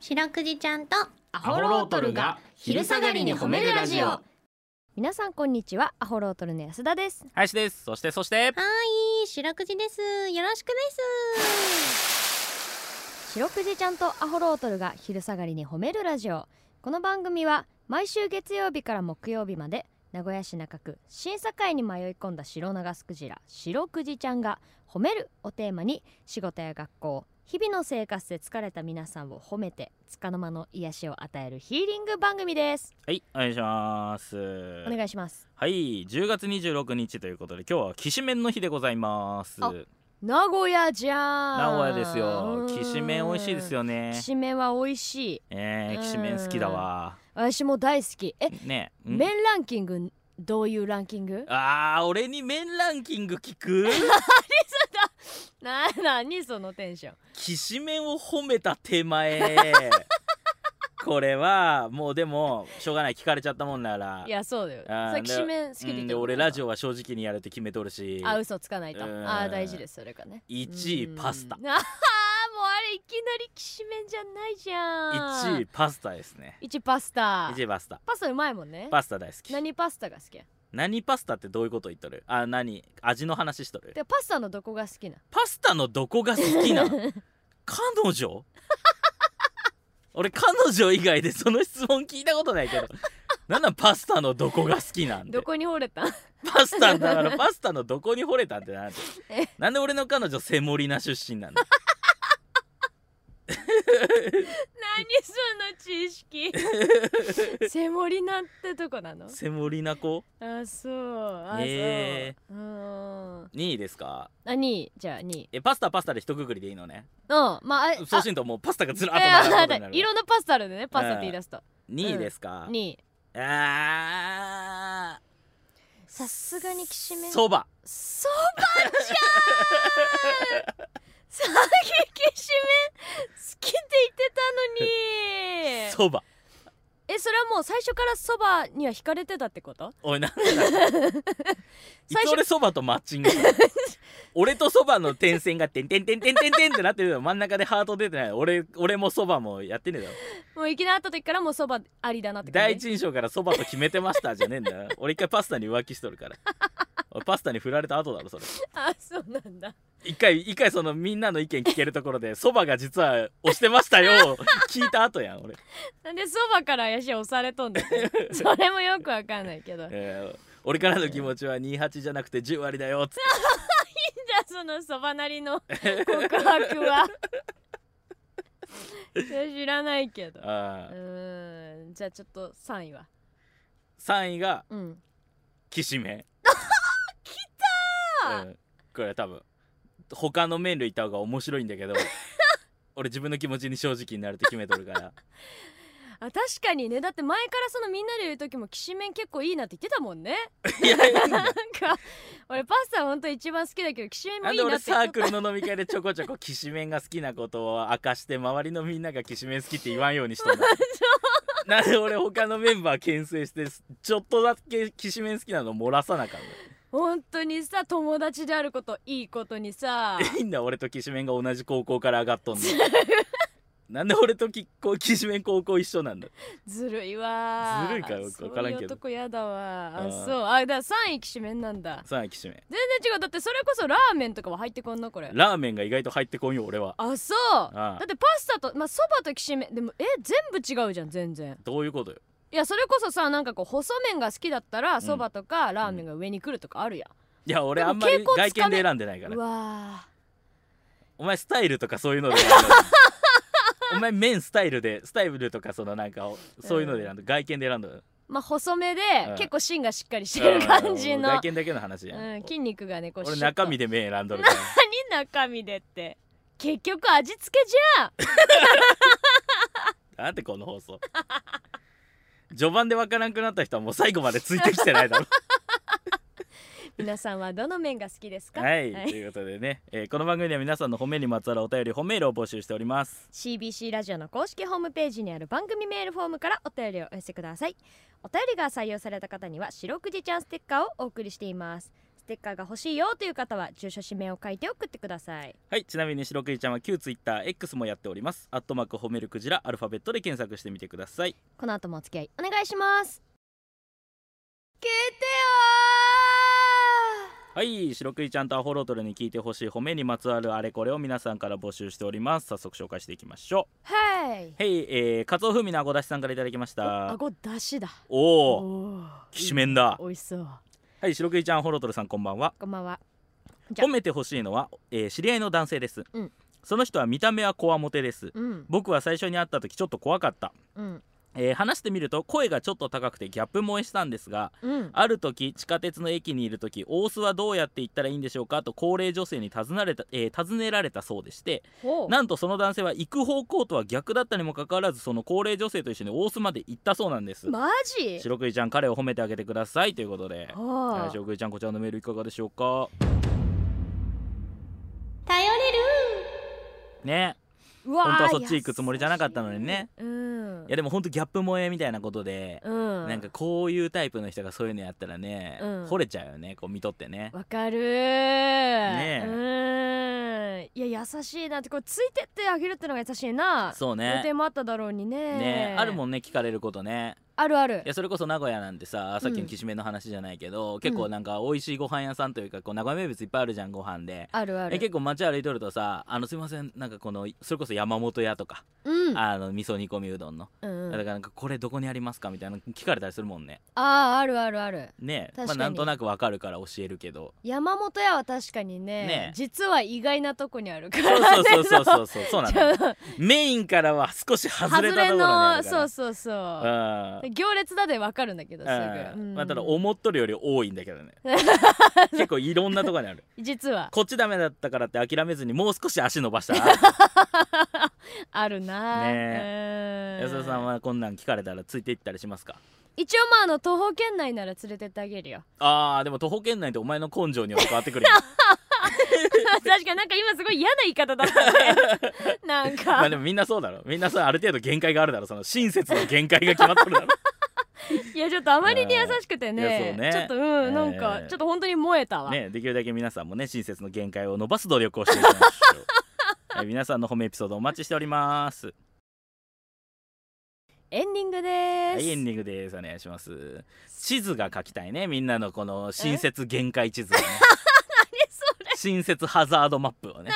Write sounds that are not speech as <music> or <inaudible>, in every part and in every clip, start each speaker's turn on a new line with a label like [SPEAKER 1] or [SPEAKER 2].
[SPEAKER 1] 白くじちゃんと
[SPEAKER 2] ア
[SPEAKER 3] ホロートルが昼下がりに褒めるラジオ
[SPEAKER 4] 皆さんこんにちはアホロートルの安田です
[SPEAKER 2] 林ですそしてそして
[SPEAKER 1] はい白くじですよろしくです
[SPEAKER 4] 白くじちゃんとアホロートルが昼下がりに褒めるラジオこの番組は毎週月曜日から木曜日まで名古屋市中区審査会に迷い込んだ白長スクジラ白くじちゃんが「褒める」をテーマに仕事や学校日々の生活で疲れた皆さんを褒めて束の間の癒しを与えるヒーリング番組です
[SPEAKER 2] はいお願いします
[SPEAKER 4] お願いします
[SPEAKER 2] はい10月26日ということで今日はきしめんの日でございます
[SPEAKER 4] あ
[SPEAKER 2] 名
[SPEAKER 4] 名古屋じゃん
[SPEAKER 2] 古屋ですよきしめん美味しいです
[SPEAKER 4] よ
[SPEAKER 2] よね
[SPEAKER 4] きしめんは美味しい
[SPEAKER 2] えー、きしめん好きだわ
[SPEAKER 4] 私も大好きえ
[SPEAKER 2] ねん
[SPEAKER 4] 麺ランキングどういうランキング
[SPEAKER 2] あー俺に麺ランキング聞く
[SPEAKER 4] <laughs> な何そのテンション
[SPEAKER 2] きしめんを褒めた手前これはもうでもしょうがない聞かれちゃったもんだから
[SPEAKER 4] いやそうだよ
[SPEAKER 2] あー
[SPEAKER 4] さっきしめん好きで
[SPEAKER 2] う
[SPEAKER 4] 言
[SPEAKER 2] ん
[SPEAKER 4] っ
[SPEAKER 2] で
[SPEAKER 4] た
[SPEAKER 2] 俺ラジ
[SPEAKER 4] オ
[SPEAKER 2] オは正直にやるって決めとるし
[SPEAKER 4] あ嘘つかないと
[SPEAKER 2] うん
[SPEAKER 4] あー大事ですそれがね
[SPEAKER 2] 1位
[SPEAKER 4] うん <laughs>
[SPEAKER 2] パスタ
[SPEAKER 4] あーもうあれいきなりきしめんじゃないじゃん
[SPEAKER 2] 1位パスタですね
[SPEAKER 4] 一パスタ
[SPEAKER 2] 1位パスタ
[SPEAKER 4] パスタうまいもんね
[SPEAKER 2] パスタ大好き何
[SPEAKER 4] 何パスタが好きや
[SPEAKER 2] パスタってどういうこと言っとるあ何味の話しとる
[SPEAKER 4] でパスタのどこが好きな
[SPEAKER 2] パスタのどこが好きな
[SPEAKER 4] <laughs>
[SPEAKER 2] 彼女俺彼女以外でその質問聞いたことな
[SPEAKER 4] <laughs>
[SPEAKER 2] いけどなんなんパスタのどこが好きなんで
[SPEAKER 4] どこに惚れた
[SPEAKER 2] パスタだからパスタのどこに惚れたんってなんで
[SPEAKER 4] え
[SPEAKER 2] なんで俺の彼女セモリナ出
[SPEAKER 4] <laughs>
[SPEAKER 2] 身なんだ
[SPEAKER 4] 何その知
[SPEAKER 2] <laughs>
[SPEAKER 4] 識セモリナってとこなの
[SPEAKER 2] セモリナ子
[SPEAKER 4] あそうあそう、
[SPEAKER 2] へ
[SPEAKER 4] うーん
[SPEAKER 2] 2位ですか
[SPEAKER 4] 何じゃあ2位
[SPEAKER 2] えパスタはパスタで一括りでいいのね
[SPEAKER 4] うんまああ
[SPEAKER 2] そうしんともうパスタがずらっと
[SPEAKER 4] あ
[SPEAKER 2] 並ぶことになる
[SPEAKER 4] いろんなパスタあるんでねパスタって言い出すと
[SPEAKER 2] 2位ですか、
[SPEAKER 4] 2位
[SPEAKER 2] あ
[SPEAKER 4] さすがにきしめん
[SPEAKER 2] そば
[SPEAKER 4] そばじゃんさっききしめん好きって言ってたのに
[SPEAKER 2] <laughs> そば
[SPEAKER 4] えそれはもう最初からそばには惹かれてたってこと
[SPEAKER 2] おいなんでだい
[SPEAKER 4] <laughs> 最
[SPEAKER 2] つ
[SPEAKER 4] 初
[SPEAKER 2] 俺そばとマッチング <laughs> したの俺とそばの点線がてんてんてんてんてんてんってなってるの真ん中でハート出てない俺俺もそばもやってねえだろ
[SPEAKER 4] もういきなり会った時からもうそばありだなって感
[SPEAKER 2] 第
[SPEAKER 4] じ
[SPEAKER 2] 一印象からそばと決めてましたじゃねえんだよ俺一回パスタに浮気しとるから俺パスタに振られた後だろそれ
[SPEAKER 4] あそうなんだ
[SPEAKER 2] 一回一回そのみんなの意見聞けるところでそばが実は押してましたよ聞いた後やん俺、
[SPEAKER 4] なんでそばから怪しい押されとんだってそれもよくわかんないけどじゃ
[SPEAKER 2] えー俺からの気持ちは28じゃなくて10割だよつって
[SPEAKER 4] あそのそばなりの告白はいや知らないけど
[SPEAKER 2] あ
[SPEAKER 4] う
[SPEAKER 2] ー
[SPEAKER 4] ーんじゃあちょっと3位は
[SPEAKER 2] 3位が
[SPEAKER 4] うん
[SPEAKER 2] きしめん来たうん、これは多分他の麺類いた方が面白いんだけ <laughs> ど俺自分の気持ちに正直になるって決めとるから
[SPEAKER 4] あ確かにねだって前からそのみんなでいる時もきしめん結構いいなって言ってたもんね
[SPEAKER 2] <laughs> いやいや
[SPEAKER 4] なんか俺パスタほんと一番好きだけどきしめんも
[SPEAKER 2] ないん
[SPEAKER 4] い
[SPEAKER 2] で
[SPEAKER 4] な
[SPEAKER 2] 俺
[SPEAKER 4] って言
[SPEAKER 2] サ
[SPEAKER 4] っ
[SPEAKER 2] ー
[SPEAKER 4] て
[SPEAKER 2] クルの飲み会でちょこちょこきしめんが好きなことを明かして周りのみんながきしめん好きって言わんように <laughs> したんだなんで俺他のメンバー牽制してちょっとだけきしめん好きなの漏らさなあかん
[SPEAKER 4] 本当にさ友達であることいいことに
[SPEAKER 2] <laughs>
[SPEAKER 4] さ
[SPEAKER 2] のいいんだ俺ときしめんが同じ高校から上がっ
[SPEAKER 4] <laughs>
[SPEAKER 2] とんのなんで俺ときこうきしめん高校一緒なんだ
[SPEAKER 4] ずるいわ
[SPEAKER 2] ずるいかよくわからん
[SPEAKER 4] そういう
[SPEAKER 2] けど
[SPEAKER 4] 男やだわあ
[SPEAKER 2] うん
[SPEAKER 4] そうあだから3位きしめんなんだ
[SPEAKER 2] さあきしめん
[SPEAKER 4] 全然違うだってそれこそラーメンとかは入ってこんのこれ
[SPEAKER 2] ラーメンが意外と入ってこんよ俺は
[SPEAKER 4] あそう
[SPEAKER 2] ああ
[SPEAKER 4] だってパスタとまあそばときしめんでもえ全部違うじゃん全然
[SPEAKER 2] どういうことよ
[SPEAKER 4] いやそれこそさなんかこう細麺が好きだったらそばとかラーメンが上に来るとかあるや
[SPEAKER 2] いや俺
[SPEAKER 4] でも
[SPEAKER 2] あんまり
[SPEAKER 4] 傾向つかめ
[SPEAKER 2] 外見で選んでないか
[SPEAKER 4] ん、う
[SPEAKER 2] ら
[SPEAKER 4] わ
[SPEAKER 2] お前スタイルとかそういうので選んで
[SPEAKER 4] <laughs>
[SPEAKER 2] お前麺スタイルでスタイルとかそのなんかをそういうので選んで、外見で選んだ
[SPEAKER 4] ーまあ細めで
[SPEAKER 2] うん
[SPEAKER 4] 結構芯がしっかりしてる感じ
[SPEAKER 2] うん
[SPEAKER 4] の
[SPEAKER 2] 外見だけの話やん、
[SPEAKER 4] うん筋肉がねこう
[SPEAKER 2] 俺中身
[SPEAKER 4] で
[SPEAKER 2] で麺選んどるから
[SPEAKER 4] 何中身でって結局味付けじゃん
[SPEAKER 2] なんてこの放送序盤でわからんくなった人はもう最後までついてきてないだろ
[SPEAKER 4] 皆さんはどの麺が好きですか
[SPEAKER 2] はい、ということでね、えーこの番組では皆さんの褒めにまつわるお便り褒めールを募集しております
[SPEAKER 4] CBC ラジオの公式ホームページにある番組メールフォームからお便りをお寄せくださいお便りが採用された方には白くじちゃんステッカーをお送りしていますステッカーが欲しいよという方は住所氏名を書いて送ってください
[SPEAKER 2] はいちなみに白くじちゃんは旧 TwitterX もやっておりますアットマーク褒めるクジラアルファベットで検索してみてください
[SPEAKER 4] この後もお付き合いお願いします聞いてよ
[SPEAKER 2] はい白くじちゃんとアホロトルに聞いてほしい褒めにまつわるあれこれを皆さんから募集しております早速紹介していきましょ
[SPEAKER 4] ーはいう
[SPEAKER 2] ヘイ、えー、カツオ風味のあごだしさんからいただきました
[SPEAKER 4] ごだしだ
[SPEAKER 2] おお
[SPEAKER 4] お
[SPEAKER 2] きしめんだ
[SPEAKER 4] 美味しそう
[SPEAKER 2] はい白くじちゃんアホロトルさんこんばんは
[SPEAKER 4] こんばんはじゃ
[SPEAKER 2] 褒めてほしいのは、えー知り合いの男性です、
[SPEAKER 4] うん
[SPEAKER 2] その人は見た目はこわもてです
[SPEAKER 4] うん
[SPEAKER 2] 僕は最初に会った時ちょっと怖かった、
[SPEAKER 4] うん
[SPEAKER 2] えー話してみると声がちょっと高くてギャップ萌えしたんですが
[SPEAKER 4] うん
[SPEAKER 2] ある時地下鉄の駅にいる時大須はどうやって行ったらいいんでしょうかと高齢女性に尋ねられた,、えー尋ねられたそうでして
[SPEAKER 4] ほう
[SPEAKER 2] なんとその男性は行く方向とは逆だったにもかかわらずその高齢女性と一緒に大須まで行ったそうなんです、
[SPEAKER 4] マジ
[SPEAKER 2] 白クイちゃん彼を褒めてあげてくださいということで、
[SPEAKER 4] は
[SPEAKER 2] はい、白クイちゃんこちらのメールいかがでしょうか
[SPEAKER 1] 頼れる
[SPEAKER 2] ね
[SPEAKER 4] うわー
[SPEAKER 2] 本当はそっち行くつもりじゃなかったのにね
[SPEAKER 4] 優しいうん
[SPEAKER 2] いやでもほんとギャップ萌えみたいなことで、
[SPEAKER 4] うん
[SPEAKER 2] なんかこういうタイプの人がそういうのやったらね、
[SPEAKER 4] うん
[SPEAKER 2] 惚れちゃうよねこう見とってね
[SPEAKER 4] わかるー
[SPEAKER 2] え
[SPEAKER 4] うんいや優しいなってこうついてってあげるってのが優しいな
[SPEAKER 2] そう
[SPEAKER 4] 予定
[SPEAKER 2] ね
[SPEAKER 4] もあっただろうにね
[SPEAKER 2] ねあるも
[SPEAKER 4] ん
[SPEAKER 2] んね聞かれることね
[SPEAKER 4] あるある
[SPEAKER 2] いやそれこそ名古屋なんてささっき
[SPEAKER 4] うん
[SPEAKER 2] のきしめんの話じゃないけど、結構なんか美味しいご飯屋さんというかこう名古屋名物いっぱいあるじゃんご飯で。
[SPEAKER 4] あるあ
[SPEAKER 2] え
[SPEAKER 4] る
[SPEAKER 2] 結構街歩いとるとさ「あのすいませんなんかこのそれこそ山本屋とか、
[SPEAKER 4] うん
[SPEAKER 2] あの味噌煮込みうどんの、
[SPEAKER 4] うん
[SPEAKER 2] だからなんかこれどこにありますか?」みたいなの聞かれたりするもんね
[SPEAKER 4] あーあるあるある
[SPEAKER 2] ねえ、
[SPEAKER 4] 確か
[SPEAKER 2] まあ、
[SPEAKER 4] に
[SPEAKER 2] なんとなくわかるから教える
[SPEAKER 4] <laughs>
[SPEAKER 2] けど
[SPEAKER 4] 山本屋は確かにね
[SPEAKER 2] ねえ
[SPEAKER 4] 実は意外なとこにあるか
[SPEAKER 2] そ
[SPEAKER 4] らね
[SPEAKER 2] うそうそうそうそうそう
[SPEAKER 4] <laughs>
[SPEAKER 2] な
[SPEAKER 4] ちょ
[SPEAKER 2] の
[SPEAKER 4] っと
[SPEAKER 2] メインからは少し外れたところにあ
[SPEAKER 4] の
[SPEAKER 2] るから
[SPEAKER 4] そうそうそう
[SPEAKER 2] うん
[SPEAKER 4] 行列だでわかるんだけどす
[SPEAKER 2] う
[SPEAKER 4] ぐ、う
[SPEAKER 2] ん
[SPEAKER 4] ん
[SPEAKER 2] まあ、ただ思っとるより多いんだけど
[SPEAKER 4] <laughs>
[SPEAKER 2] ね結構いろんなところにある
[SPEAKER 4] 実は
[SPEAKER 2] こっちダメだったからって諦めずにもう少し足伸ばしたら
[SPEAKER 4] あるな
[SPEAKER 2] ね
[SPEAKER 4] え
[SPEAKER 2] 安田さんはこんなん聞かれたらついていったりしますか
[SPEAKER 4] 一応まああの東方圏内なら連れてってあげる
[SPEAKER 2] <laughs>
[SPEAKER 4] よ
[SPEAKER 2] あーでも徒歩圏内ってお前の根性には変わってくる
[SPEAKER 4] <laughs>
[SPEAKER 2] よ
[SPEAKER 4] 確かになんか今すごい嫌な言い方だったね
[SPEAKER 2] <laughs>
[SPEAKER 4] なんか、
[SPEAKER 2] まあでもみんなそうだろみんなそうある程度限界があるだろその親切の限界が決まってる
[SPEAKER 4] <laughs>
[SPEAKER 2] だろ
[SPEAKER 4] いやちょっとあまりに優しくて
[SPEAKER 2] いや
[SPEAKER 4] ね
[SPEAKER 2] そうね
[SPEAKER 4] ちょっとうんなんか、
[SPEAKER 2] ええ
[SPEAKER 4] ちょっと本当に燃えたわ、
[SPEAKER 2] ねできるだけ皆さんもね親切の限界を伸ばす努力をしていきまし
[SPEAKER 4] <laughs>
[SPEAKER 2] ょうはい皆さんの褒めエピソードお待ちしております
[SPEAKER 4] エンディングです、
[SPEAKER 2] はいエンディングですお願いします地図が書きたいねみんなのこの新設限界地図をね新設ハザードマップをね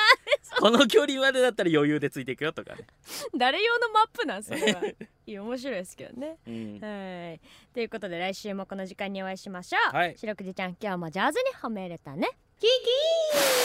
[SPEAKER 2] この距離までだったら余裕でついていくよとかね、
[SPEAKER 4] 誰用のマップなんそ
[SPEAKER 2] <laughs>
[SPEAKER 4] れはいや面白いですけどね
[SPEAKER 2] うん
[SPEAKER 4] はいということで来週もこの時間にお会いしましょう、
[SPEAKER 2] はい
[SPEAKER 4] 白くじちゃん今日も上手に褒めれたね
[SPEAKER 1] キキー